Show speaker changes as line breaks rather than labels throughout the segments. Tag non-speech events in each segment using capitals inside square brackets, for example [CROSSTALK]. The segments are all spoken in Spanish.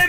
le,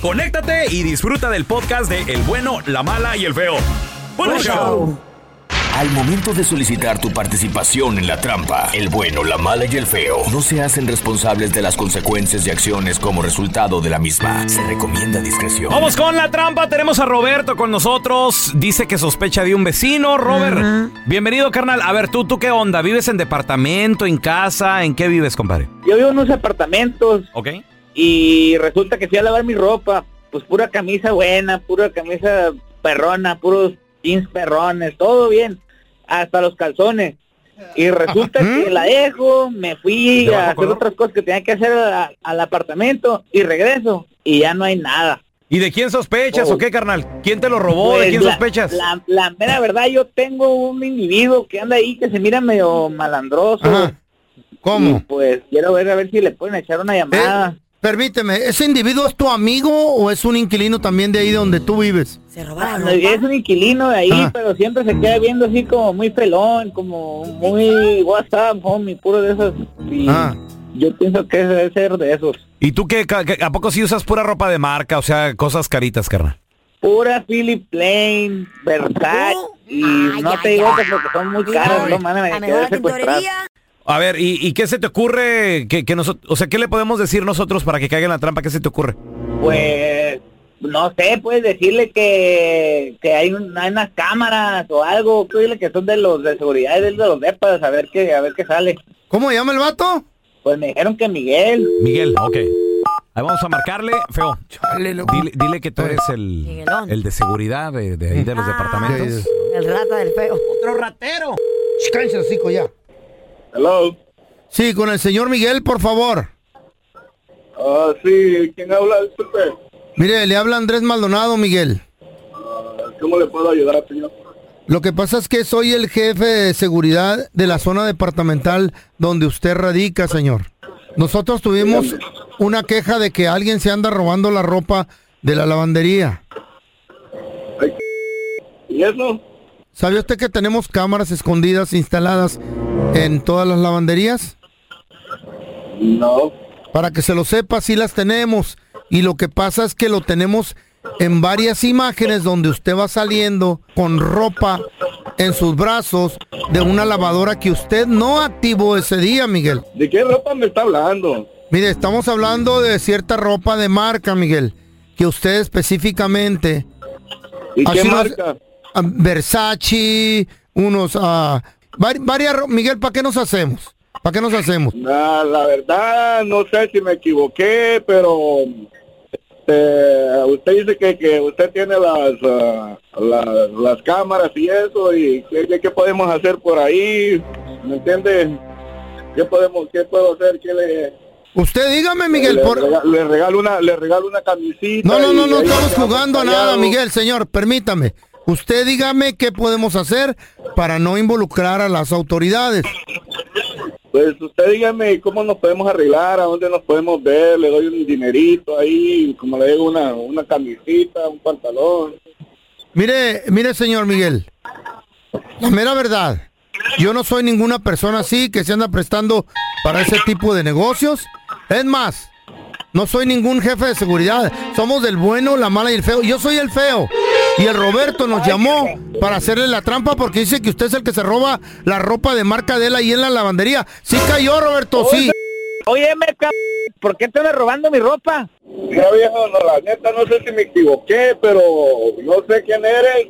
conéctate y disfruta del podcast de El bueno, la mala y el feo. ¡Buen
Buen
show!
show. Al momento de solicitar tu participación en la trampa, el bueno, la mala y el feo no se hacen responsables de las consecuencias y acciones como resultado de la misma. Se recomienda discreción.
Vamos con la trampa, tenemos a Roberto con nosotros. Dice que sospecha de un vecino. Robert, bienvenido, carnal. A ver, tú, tú qué onda? ¿Vives en departamento, en casa? ¿En qué vives, compadre?
Yo vivo en unos apartamentos
¿Ok?
y resulta que fui a lavar mi ropa. Pues pura camisa buena, pura camisa perrona, puros jeans perrones, todo bien. Hasta los calzones. Y resulta que la dejo, me fui
¿De bajo
a hacer
color?
otras cosas que tenía que hacer a- al apartamento y regreso y ya no hay nada.
¿Y de quién sospechas
Oh.
o qué, carnal? ¿Quién te lo robó?
Pues,
¿De quién
la-
sospechas?
La, la mera verdad, yo tengo un individuo que anda ahí que se mira medio malandroso.
Ajá.
Y,
¿Cómo?
pues quiero ver a ver si le pueden echar una
Eh,
llamada.
permíteme, ¿ese individuo es tu amigo o es un inquilino también de ahí donde tú vives?
Se robaron la
Ah, Es
ropa.
un inquilino de ahí,
Ajá.
pero siempre se queda viendo así como muy pelón, como muy WhatsApp, homie, puro de esos. Y
Ah.
yo pienso que debe ser de esos.
¿Y tú qué? ca- qué- ¿A poco sí usas pura ropa de marca? O sea, cosas caritas, carnal.
Pura Philip Plain, Versace,
Uh,
y
ay,
no
ay,
te digo
ay.
otras porque son muy
Sí,
caras,
no,
no mames,
la
me quedé
mejor
secuestrado.
tintorería.
A ver, ¿y, y qué se te ocurre? Que, que noso- o sea, ¿qué le podemos decir nosotros para que caiga en la trampa? ¿Qué se te ocurre?
Pues, no sé, puedes decirle que, que hay, un- hay unas cámaras o algo, que dile que son de los de seguridad, de los depas, a ver qué, a ver qué sale.
¿Cómo llama el vato?
Pues me dijeron que Miguel.
Miguel, ok. Ahí vamos a marcarle, feo. Dile, dile que tú eres el,
Miguelón.
el de seguridad de, de ahí de los
Ah.
departamentos.
El rata del feo.
Otro ratero.
Ch, cállense los hocico ya.
Hello.
Sí, con el señor Miguel, por favor.
Ah, sí, ¿quién habla? Disculpe,
Mire, le habla Andrés Maldonado, Miguel.
¿cómo le puedo ayudar, señor?
Lo que pasa es que soy el jefe de seguridad de la zona departamental donde usted radica, señor. Nosotros tuvimos una queja de que alguien se anda robando la ropa de la lavandería.
¿Y eso?
¿Sabe usted que tenemos cámaras escondidas instaladas en todas las lavanderías?
No.
Para que se lo sepa, sí las tenemos. Y lo que pasa es que lo tenemos en varias imágenes donde usted va saliendo con ropa en sus brazos de una lavadora que usted no activó ese día, Miguel.
¿De qué ropa me está hablando?
Mire, estamos hablando de cierta ropa de marca, Miguel, que usted específicamente,
¿Y
Así
qué
no-
marca?
ah, Versace, unos, ah, vari- varias, ro- Miguel, ¿para qué nos hacemos? ¿Para qué nos hacemos?
Nah, la verdad, no sé si me equivoqué, pero este, usted dice que, que usted tiene las, ah, las, las cámaras y eso, y qué, qué- qué podemos hacer por ahí, ¿me entiende? ¿Qué podemos, qué puedo hacer? ¿Qué le,
Usted dígame, Miguel,
le,
por...
rega- le regalo una, le regalo una camisita.
No, no,
y
no, no
ahí
estamos
quedamos
jugando a nada,
callados.
Miguel, señor, permítame. Usted dígame qué podemos hacer para no involucrar a las autoridades.
Pues usted dígame cómo nos podemos arreglar, a dónde nos podemos ver, le doy un dinerito ahí, como le digo, una, una camisita, un pantalón.
Mire, mire, señor Miguel, la mera verdad, yo no soy ninguna persona así que se anda prestando para ese tipo de negocios. Es más, no soy ningún jefe de seguridad. Somos del bueno, la mala y el feo. Yo soy el feo. Y el Roberto nos llamó para hacerle la trampa porque dice que usted es el que se roba la ropa de marca de él ahí en la lavandería. Sí cayó, Roberto, sí.
Óyeme, cabrón, ¿por qué te andas robando mi ropa?
Mira viejo, no, la neta no sé si me equivoqué, pero no sé quién eres,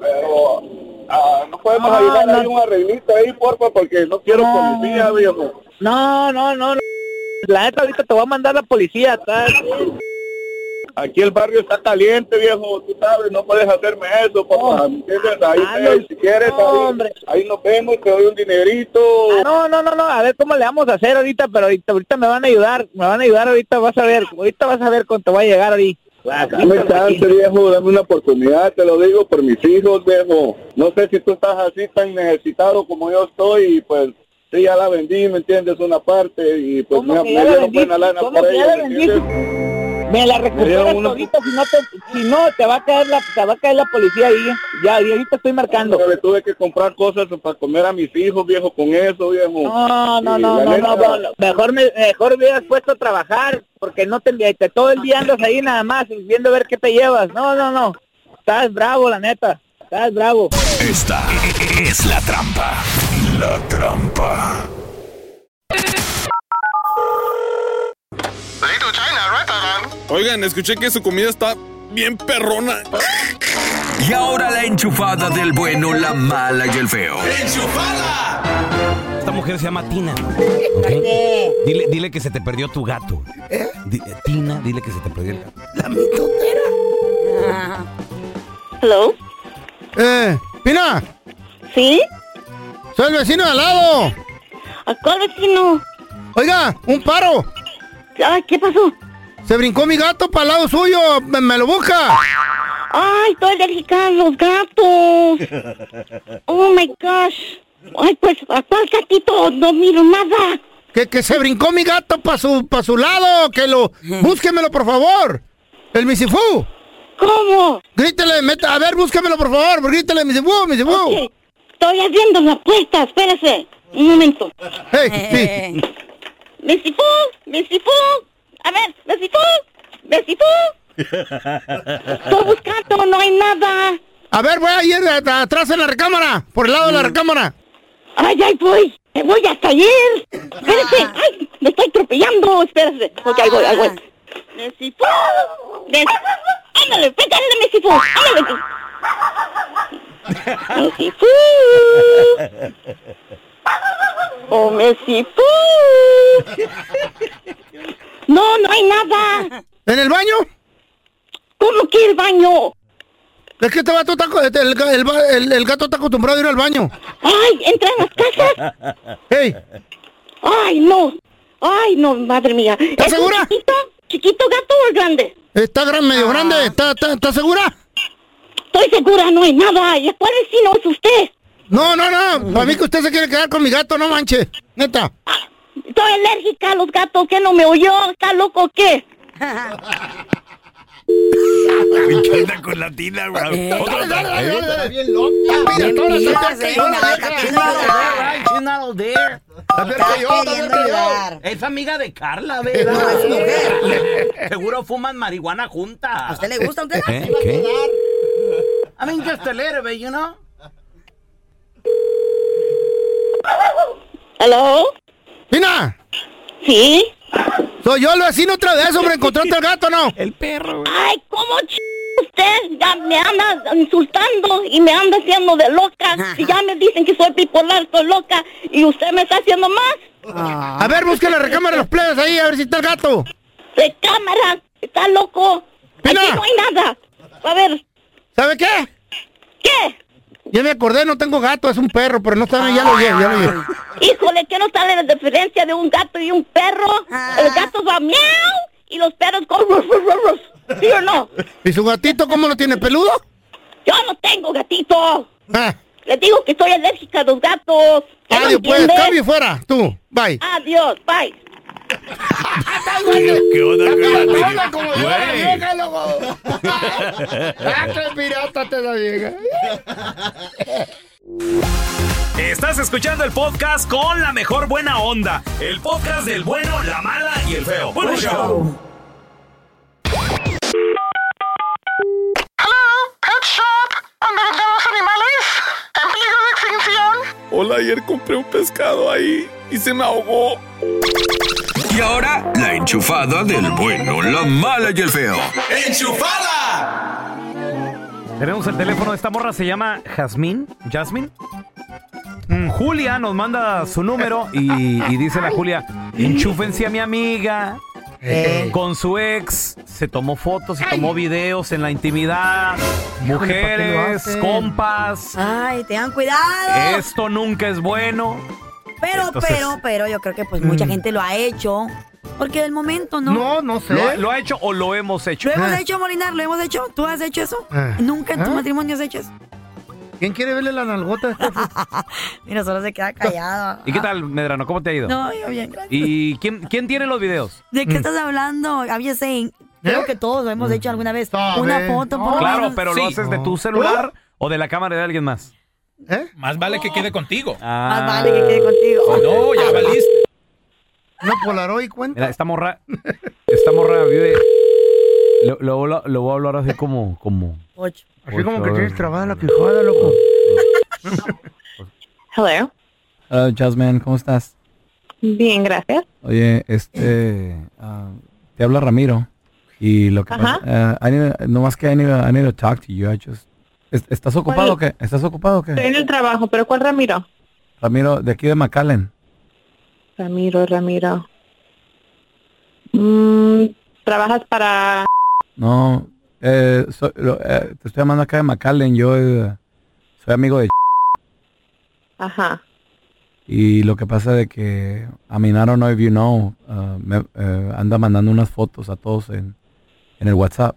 pero ah, no podemos
Ah,
ayudar
no.
ahí un arreglito ahí, porfa, porque no quiero
No.
policía, viejo.
No, no, no, no. La neta, ahorita te va a mandar la policía. está-
Aquí el barrio está caliente, viejo, tú sabes, no puedes hacerme eso, porfa,
Oh.
¿me entiendes? Ahí,
Ah,
te-
no.
si quieres,
No,
ahí,
hombre.
ahí nos vemos, te doy un dinerito.
Ah, No, no, no, no. A ver cómo le vamos a hacer ahorita, pero ahorita, ahorita me van a ayudar. Me van a ayudar ahorita, vas a ver. Ahorita vas a ver cuánto va a llegar ahorita.
Ah, Dame chance, pues, viejo, dame una oportunidad, te lo digo por mis hijos, viejo. No sé si tú estás así tan necesitado como yo estoy, y pues sí, ya la vendí, ¿me entiendes? Una parte, y pues
¿Cómo
me,
que ya
me
la
dieron buena
vendiste?
lana
¿Cómo
por
que
ello,
ya la
¿me
vendiste?
entiendes?
Me la recuperas
una-
ahorita, si no, te, si no, te va a caer la, te va a caer la policía ahí. Ya, y ahorita estoy marcando.
Pero Le tuve que comprar cosas para comer a mis hijos, viejo, con eso, viejo.
Ah,
No, no,
Y
no,
la
no,
neta,
no, no, mejor me, mejor hubieras puesto a trabajar, porque no te, te- todo el día andas ahí nada más, viendo a ver qué te llevas. No, no, no, estás bravo, la neta, estás bravo.
Esta es la trampa. La trampa.
Oigan, escuché que su comida está bien perrona.
Y ahora la enchufada del bueno, la mala y el feo.
Esta mujer se llama Tina. ¿ok? Dile, dile que se te perdió tu gato.
¿Eh?
Di- eh, Tina, dile que se te perdió el gato.
Hello.
Eh, Pina,
¿Sí?
soy el vecino de al lado.
¿A cuál vecino?
Oiga, un paro.
Ay, ¿qué pasó?
Se brincó mi gato para el lado suyo. Me, me lo busca.
Ay, estoy alérgica a los gatos. Oh my gosh. Ay, pues, ¿a cuál gatito? No miro nada.
Que, que se brincó mi gato para su, pa' su lado. Que lo. Búsquemelo, por favor. El misifú.
¿Cómo?
Grítele, meta. A ver, búsquemelo, por favor. Grítele, misifú, misifú.
Ok, Estoy haciendo la apuesta, espérese. Un momento.
Eh,
Hey, sí.
Mesifú, Mesifú. A ver, Mesifú, Mesifú. Estoy buscando, no hay nada.
A ver, voy a ir a- a- atrás en la recámara. Por el lado de la recámara.
Ay, ay, voy. Me voy hasta ayer. Espérese. Ay, me estoy atropellando. Espérese. Ok, ahí voy, ahí voy. Ah. Mesifú. Mes... Ándale, pégale de Mesifú. Ándale. tú. [LAUGHS] Mesifú. Oh, Mesifú. No, no hay nada.
¿En el baño?
¿Cómo que el baño?
Es que este vato está co- este, el, ga- el va- el- el gato está acostumbrado a ir al baño.
Ay, entra en las casas.
Hey,
Ay, no. Ay, no, madre mía. ¿Estás
segura?
Chiquito, chiquito gato o el grande?
está gran, medio grande. ¿Está, está, está segura?
Estoy segura, no hay nada. ¿Y a cuál vecino es usted?
No, no, no. Para mí que usted se quiere quedar con mi gato, no manche. Neta.
Estoy alérgica a los gatos. ¿Qué no me oyó? ¿Está loco o qué?
Bien pilas, eh, una vaca pilas. Está queriendo llorar.
Es amiga de Carla,
No, es mujer.
Seguro fuman marihuana juntas.
¿A usted le gusta? a ¿Usted?
¿Eh? ¿Qué?
I mean, just a little bit, you know?
¿Aló?
Pina,
¿Sí?
soy yo el vecino otra vez, hombre. ¿Encontraste al gato no?
Ay, ¿cómo ch... usted ya me anda insultando y me anda haciendo de loca? Si ya me dicen que soy bipolar, soy loca. ¿Y usted me está haciendo más?
A ver, busca la recámara de los plebes ahí, a ver si está el gato.
De cámara. ¿Está loco?
Pina.
Aquí no hay nada. A ver,
¿Sabe qué?
¿qué?
Ya me acordé, no tengo gato, es un perro, pero no está, ya lo llevo, ya lo llevo.
Híjole, ¿qué no sale la diferencia de un gato y un perro?
Ah.
El gato va miau y los perros con ruf, ruf, ruf, ruf. ¿Sí o no?
¿Y su gatito cómo lo tiene, peludo?
Yo no tengo gatito.
Ah,
Les digo que soy alérgica a los gatos. ¿Ya lo
adiós, pues,
entiendes?
cambio y fuera, tú, bye.
Adiós, bye.
Estás escuchando el podcast con la mejor buena onda. El podcast del bueno, la mala y el feo. Bueno, show.
Hola, ayer compré un pescado ahí y se me ahogó.
Y Y ahora, la enchufada del bueno, la mala y el feo.
¡Enchufada! Tenemos el teléfono de esta morra, se llama Jazmín. ¿Jasmine? Mm, Julia nos manda su número y, y dice la Julia, enchúfense a mi amiga. Con su ex se tomó fotos, se tomó videos en la intimidad, mujeres,
hacen?
compas.
Ay, tengan cuidado.
Esto nunca es bueno.
pero,
entonces- Mm.
pero, pero, yo creo que pues mucha gente lo ha hecho. Porque del momento no.
¿Lo, ha- lo ha hecho o lo hemos hecho?
¿Lo hemos hecho, Molinar? ¿Lo hemos hecho? ¿Tú has hecho eso?
Ah.
¿Nunca en tu
¿Ah?
matrimonio has hecho eso?
¿Quién quiere verle la nalgota? este?
Mira, solo se queda callado.
¿Y qué tal, Medrano? ¿Cómo te ha ido?
No, yo bien, gracias.
¿Y quién, quién tiene los videos?
¿De qué estás hablando? I'm just saying.
¿Eh?
Creo que todos lo hemos hecho alguna vez. Una foto, por lo
Claro,
menos.
pero
Sí.
lo haces de tu celular o de la cámara de alguien más.
¿Eh?
Más vale que quede contigo.
Ah.
Más vale que quede contigo. [LAUGHS]
No, ya valiste.
Una Polaroid, cuenta.
Mira, esta morra, esta morra vive. Lo, lo, lo- lo voy a hablar así como. como
Ocho.
Así como que
Ocho,
tienes trabada la quijada, loco.
Hello.
Hola, Jasmine, ¿cómo estás?
Bien, gracias.
Oye, este, ah, te habla Ramiro y lo que pasa,
Ajá.
ah, I need- no más que I need, I need to talk to you, I just- ¿est- ¿estás ocupado o qué? ¿Estás ocupado o qué?
Estoy en el trabajo, pero ¿cuál Ramiro?
Ramiro, de aquí de McAllen.
Ramiro, Ramiro. Mm, ¿Trabajas para...
No, eh, soy- lo- eh, te estoy llamando acá de McAllen, yo eh, soy amigo de
Ajá.
y lo que pasa de que a mi I don't know if you know, ah, me- eh, anda mandando unas fotos a todos en, en el WhatsApp.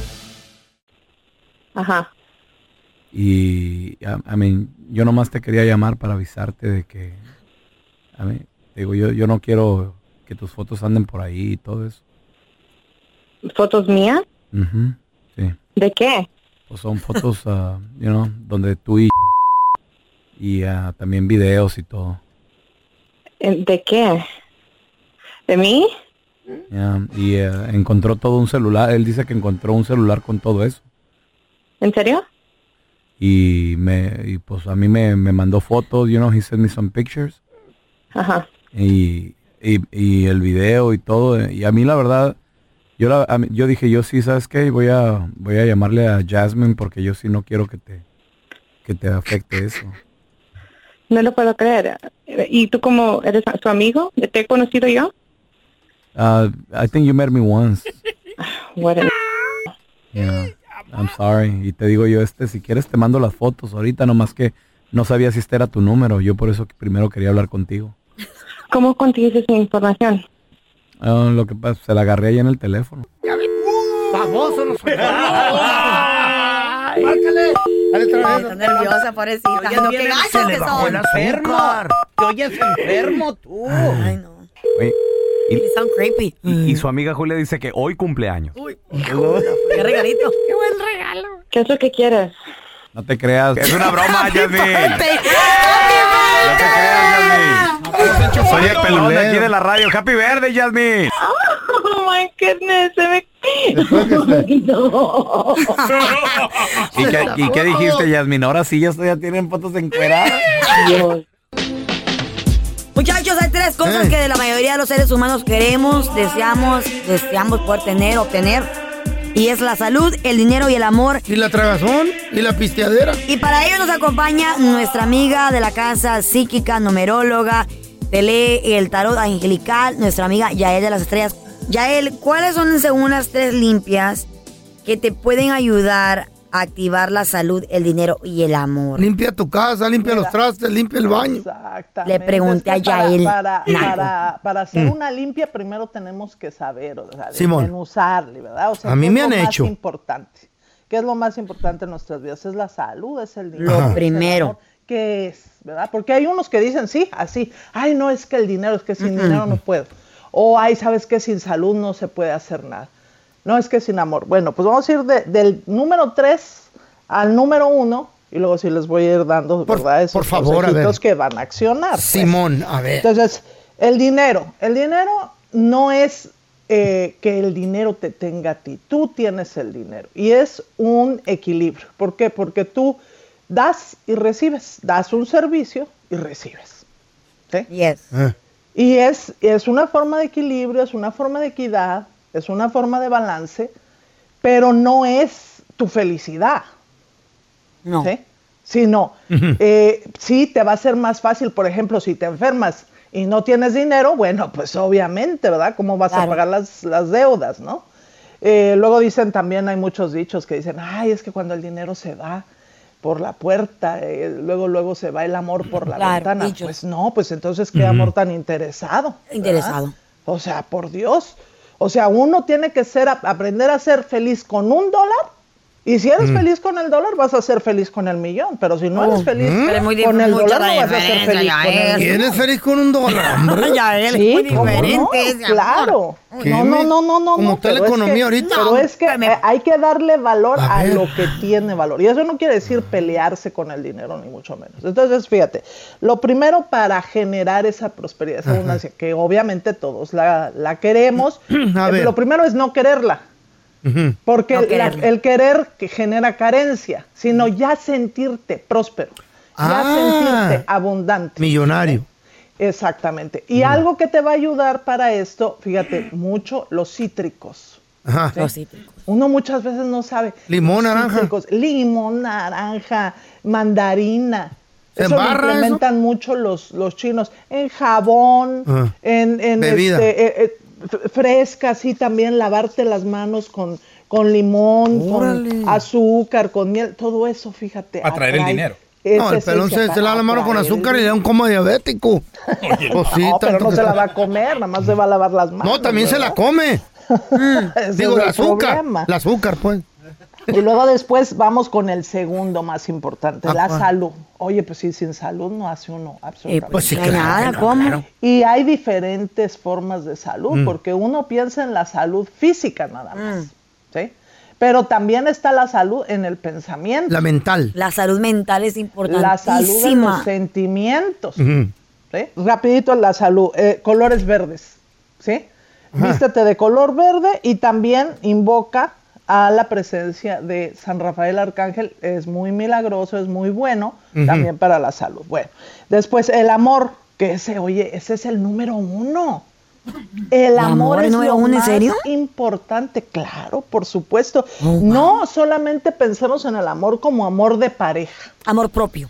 Ajá.
Y, I, I mean, yo nomás te quería llamar para avisarte de que, a mí, digo, yo, yo no quiero que tus fotos anden por ahí y todo eso.
¿Fotos mías?
Ujú, Sí,
¿De qué?
pues son fotos, [LAUGHS] ah, you know, donde tú y y ah, también videos y todo.
Eh, ¿De qué? ¿De mí?
ya. Y ah, encontró todo un celular, él dice que encontró un celular con todo eso.
¿En serio?
Y me, y pues a mí me, me mandó fotos, you know, he sent me some pictures.
Ajá.
y, y- y el video y todo. Y a mí la verdad, yo, la- a mí- yo dije, yo sí, ¿sabes qué? Voy a, voy a llamarle a Jasmine porque yo sí no quiero que te, que te afecte eso.
No lo puedo creer. ¿Y tú como eres su amigo? ¿Te he conocido yo?
Uh, I think you met me once.
What a-
Yeah, I'm sorry. Y te digo yo, este, si quieres te mando las fotos ahorita, nomás que no sabía si este era tu número. Yo por eso que primero quería hablar contigo.
¿Cómo consigues mi información?
Ah, lo que pasa, se la agarré ahí en el teléfono.
¡Baboso, los
¡Márcale!
Dale otra
Ay,
vez.
está nerviosa, pobrecita.
Oye,
No,
bien,
qué
se
gachos
le
que
bajó
son.
el azúcar. Te oyes enfermo tú. Ay,
no.
Oye, y,
Son creepy.
Mm.
y- y su amiga Julia dice que hoy cumpleaños.
Qué
[LAUGHS]
regalito.
Qué buen regalo. ¿Qué es lo que quieres?
No te creas. Es una broma, [LAUGHS] Jasmine. Soy el pelón de aquí de la radio. Happy Verde, Jasmine.
Oh my goodness, se me... [LAUGHS] No.
¿Y qué, y qué dijiste, Yasmin? Ahora sí, ya, estoy- ya tienen fotos encueradas.
[LAUGHS] Muchachos, hay tres cosas que de la mayoría de los seres humanos queremos, deseamos, deseamos poder tener, obtener. y es la salud, el dinero y el amor.
¿Y la tragazón? ¿Y la pisteadera?
Y para ello nos acompaña nuestra amiga de la casa psíquica, numeróloga, tele el tarot angelical, nuestra amiga Yael de las Estrellas. Yael, ¿cuáles son según las tres limpias que te pueden ayudar a activar la salud, el dinero y el amor?
Limpia tu casa, limpia los trastes, limpia el baño.
Le pregunté a
Es que para-
Yael.
Para,
Naco.
para- para hacer
Mm.
una limpia, primero tenemos que saber, o sea,
Simón.
usarle, ¿verdad? O sea,
A mí
¿qué es
me
lo
han
más
hecho.
importante? ¿Qué es lo más importante en nuestras vidas? Es la salud, es el
Lo
dinero. es el
primero.
amor. ¿Qué es, verdad? Porque hay unos que dicen, sí, así, ay, no, es que el dinero, es que sin
Mm-mm.
dinero no puedo. O, ay, ¿sabes que Sin salud no se puede hacer nada. No, es que sin amor. Bueno, pues vamos a ir de- del número 3 al número 1 y luego sí les voy a ir dando, ¿verdad? Esos
por favor, a ver.
consejitos que van a accionar. pues.
Simón, a ver.
Entonces, el dinero. El dinero no es eh, que el dinero te tenga a ti. Tú tienes el dinero. Y es un equilibrio. ¿Por qué? Porque tú das y recibes. Das un servicio y recibes. ¿Sí? Ah. Y es, es una forma de equilibrio, es una forma de equidad, es una forma de balance, pero no es tu felicidad.
No. [LAUGHS]
¿sí? Sino, eh, sí, te va a ser más fácil, por ejemplo, si te enfermas y no tienes dinero, bueno, pues obviamente, ¿verdad? ¿Cómo vas a pagar las, las deudas, no? Eh, luego dicen también, hay muchos dichos que dicen, ay, es que cuando el dinero se va por la puerta, eh, luego, luego se va el amor por la
Claro,
ventana.
dichos.
Pues no, pues entonces qué
Ujú.
amor tan interesado. ¿verdad?
Interesado.
O sea, por Dios. O sea, uno tiene que ser, a- aprender a ser feliz con un dólar. Y si eres
Mm.
feliz con el dólar, vas a ser feliz con el millón. Pero si no eres feliz
Mm. Pero es muy dif-
con el
mucha
dólar, no vas a ser
diferencia,
feliz
ya
con
es.
el
¿Quién es feliz con un dólar, [LAUGHS] hombre?
Ya
él
es muy diferente ese amor.
claro.
¿Qué
No, no,
me-
no, no, no.
como
no,
está la
pero es
economía
que-
ahorita?
Pero
No,
es que eh, hay que darle valor a, lo que tiene valor. Y eso no quiere decir pelearse con el dinero, ni mucho menos. Entonces, fíjate, lo primero para generar esa prosperidad, esa
Ajá.
abundancia, que obviamente todos la, la queremos,
[CLEARS THROAT] A
eh,
ver.
lo primero es no quererla.
Ujú.
Porque
No
la-
quererla.
el querer que genera carencia, sino ya sentirte próspero,
Ah.
ya sentirte abundante.
Millonario.
Exactamente. Y algo que te va a ayudar para esto, fíjate, mucho los cítricos.
Ajá.
Uno muchas veces no sabe.
Limón,
Los
naranja.
cítricos, limón, naranja, mandarina.
¿Se
eso lo
embarra eso?
implementan mucho los, los chinos. En jabón,
Ah.
en, en
Bebida.
este, eh, eh, f- fresca, sí, también lavarte las manos con, con limón,
Órale.
con azúcar, con miel, todo eso, fíjate.
Para
traer el
atrae
dinero.
esa
No, el pelón
esencia
se, se lava
para
la mano con
atraer el
azúcar y le da un coma diabético. Pues Cosita,
no, pero no
entonces-
se la va a comer, nada más se va a lavar las manos.
No, también se la
¿verdad?
come.
[LAUGHS] Ese
Digo,
es
el
el
azúcar.
problema.
El azúcar, pues.
Y luego después vamos con el segundo más importante,
Ah,
la
¿cuál?
salud. Oye, pues sí, sin salud no hace uno absolutamente
pues sí, claro que no, claro.
Y hay diferentes formas de salud,
Mm.
porque uno piensa en la salud física nada más, ¿sí? Pero también está la salud en el pensamiento.
La mental.
La salud mental es
La salud en
importantísima.
los sentimientos.
Ujú.
¿sí? Rapidito la salud, eh, colores verdes, ¿sí? Vístete de color verde y también invoca a la presencia de San Rafael Arcángel, es muy milagroso, es muy bueno,
Ujú.
también para la salud. Bueno, después el amor, que ese, oye, ese es el número uno. El
¿El
amor,
amor
es
número
lo
uno, en
más
serio? Oh,
importante, claro, por supuesto. No solamente pensemos en el amor como amor de pareja.
Amor propio.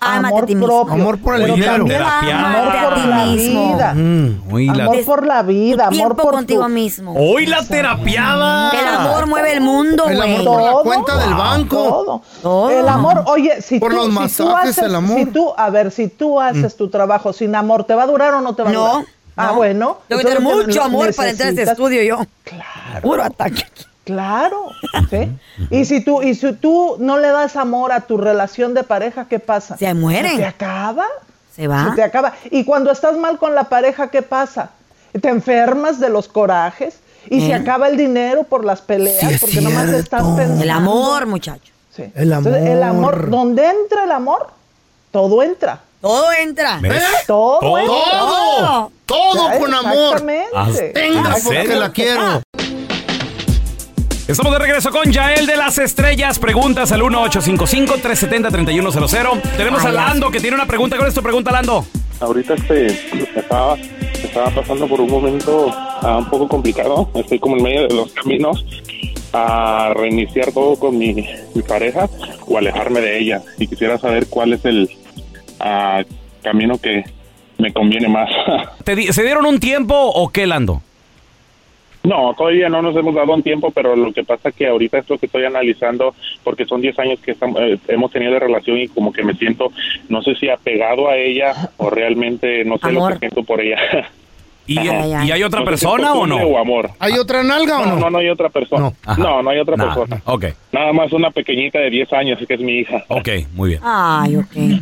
Ámate a
Amor
ti mismo.
propio.
Amor por el
pero
dinero.
también
Terapia.
Amor
Amate a
por
ti
la
mismo.
vida.
Mm,
Uy, la,
Amor por la vida, amor
Tiempo
por
contigo
tu-
mismo.
Uy, la terapiada.
El amor mueve el mundo,
El amor
güey.
por la cuenta del banco.
Todo. El amor, oye, si
Por
tú,
los
si tú
masajes,
haces,
el amor. Mm.
si tú, a ver, si tú haces tu trabajo sin amor, ¿te va a durar o no te va a durar? Ah, bueno.
Tengo que tener
Entonces,
mucho amor para entrar a este
necesitas-
estudio yo. Puro ataque.
Claro, ¿sí? Y si tú y si tú no le das amor a tu relación de pareja, ¿qué pasa? Se
mueren.
Se te acaba.
Se va.
Se te acaba. Y cuando estás mal con la pareja, ¿qué pasa? Te enfermas de los corajes y se
¿Eh?
acaba el dinero por las peleas, porque nomás estás pensando.
El amor, muchacho.
Sí.
El amor.
Entonces, el amor, donde entra el amor, todo entra.
Todo entra. ¡Oh!
¿Ves?
Todo,
Todo.
entra.
Todo. Todo
Ya,
con amor. Ah.
Exactamente.
Tenga,
¿En
porque
serio?
la quiero.
Estamos de regreso con Yael de las Estrellas. Preguntas al 1-855-370-3100. Tenemos a Lando que tiene una pregunta. ¿Cuál es tu pregunta, Lando?
Ahorita este, estaba, estaba pasando por un momento ah, un poco complicado. Estoy como en medio de los caminos a reiniciar todo con mi, mi pareja o alejarme de ella. Y quisiera saber cuál es el ah, camino que me conviene más. [LAUGHS]
¿Te di- ¿Se dieron un tiempo o qué, Lando?
No, todavía no nos hemos dado un tiempo, pero lo que pasa que ahorita es lo que estoy analizando, porque son 10 años que estamos- eh, hemos tenido de relación y como que me siento, no sé si apegado a ella o realmente no sé lo que siento por ella.
¿Y,
Ajá.
y hay
[LAUGHS]
otra
No sé si es
persona o no?
costumbre amor.
¿Hay otra nalga o no?
No, no hay otra persona. No, no, hay otra
Nah,
persona.
Ok,
Nada más una pequeñita de 10 años, que es mi hija.
ok, muy bien.
Ay, ok.
Mm.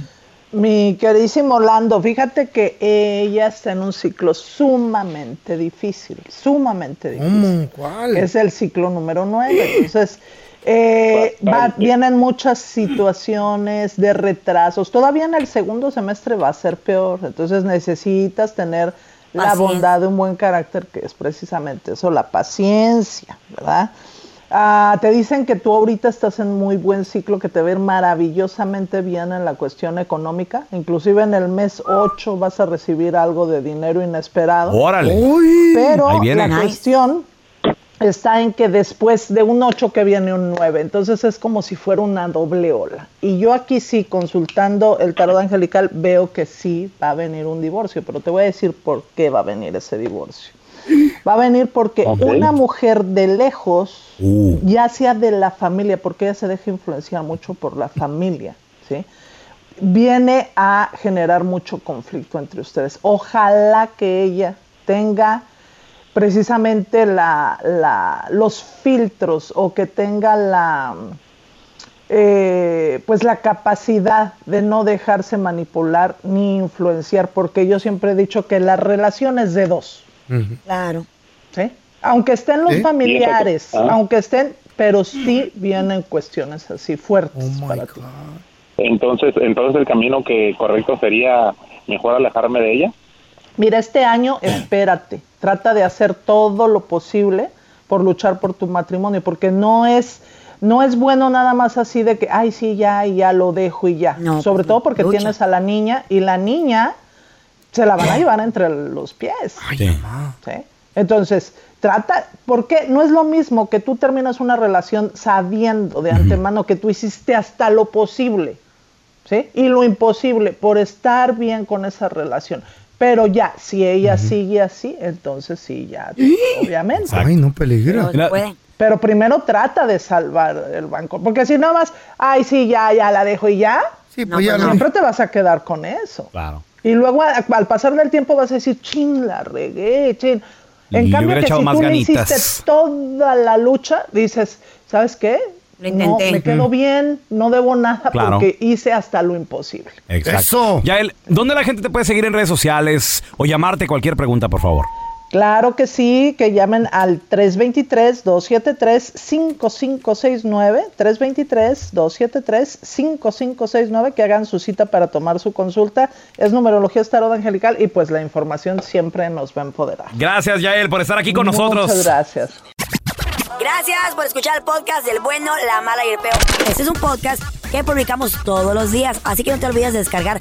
Mi queridísimo Lando, fíjate que ella está en un ciclo sumamente difícil, sumamente difícil.
Mm, ¿Cuál?
Es el ciclo número 9. Entonces, eh, va-
Bastante.
vienen muchas situaciones de retrasos. Todavía en el segundo semestre va a ser peor. Entonces necesitas tener la
Así es.
bondad de un buen carácter, que es precisamente eso, la paciencia, ¿verdad? Ah, te dicen que tú ahorita estás en muy buen ciclo, que te va a ir maravillosamente bien en la cuestión económica. Inclusive en el mes 8 vas a recibir algo de dinero inesperado.
Órale.
Pero
Ahí viene.
la
Nice.
cuestión está en que después de un 8 que viene un 9. Entonces es como si fuera una doble ola. Y yo aquí sí, consultando el tarot angelical, veo que sí va a venir un divorcio, pero te voy a decir por qué va a venir ese divorcio. Va a venir porque
Ok.
una mujer de lejos
Uh.
ya sea de la familia, porque ella se deja influenciar mucho por la familia, ¿sí? Viene a generar mucho conflicto entre ustedes. Ojalá que ella tenga precisamente la, la- los filtros o que tenga la eh, pues la capacidad de no dejarse manipular ni influenciar, porque yo siempre he dicho que las relaciones de dos.
Claro.
¿Sí? Aunque estén los
¿Sí?
familiares,
Ah.
aunque estén, pero sí vienen cuestiones así fuertes para ti.
Entonces, entonces el camino que correcto sería mejor alejarme de ella.
Mira, este año espérate, trata de hacer todo lo posible por luchar por tu matrimonio, porque no es no es bueno nada más así de que, ay, sí, ya, y ya lo dejo y ya. Sobre todo porque
lucha.
tienes a la niña y la niña se la van a llevar entre los pies. ¿sí? Entonces, trata, porque no es lo mismo que tú terminas una relación sabiendo de antemano que tú hiciste hasta lo posible, ¿sí? Y lo imposible por estar bien con esa relación. Pero ya, si ella sigue así, entonces sí, ya, obviamente.
Ay, no peligra.
Pero primero trata de salvar el banco, porque si nada más, ay, sí, ya, ya la dejo y ya,
pues ya no.
siempre te vas a quedar con eso.
Claro.
Y luego a- al pasar del tiempo vas a decir, chin, la regué, chin. En
Le
cambio,
hubiera
que
echado
si
más
tú le
ganitas.
hiciste toda la lucha, dices, ¿sabes qué? No,
intenté.
me quedo
Mm.
bien, no debo nada
Claro.
porque hice hasta lo imposible.
Exacto. Yael, ¿dónde la gente te puede seguir en redes sociales o llamarte cualquier pregunta, por favor?
Claro que sí, que llamen al 323-273-5569, 323-273-5569, que hagan su cita para tomar su consulta. Es numerología es tarot angelical y pues la información siempre nos va a empoderar.
Gracias, Yael, por estar aquí con nosotros.
Muchas gracias.
Gracias por escuchar el podcast del bueno, la mala y el peor. Este es un podcast que publicamos todos los días, así que no te olvides de descargar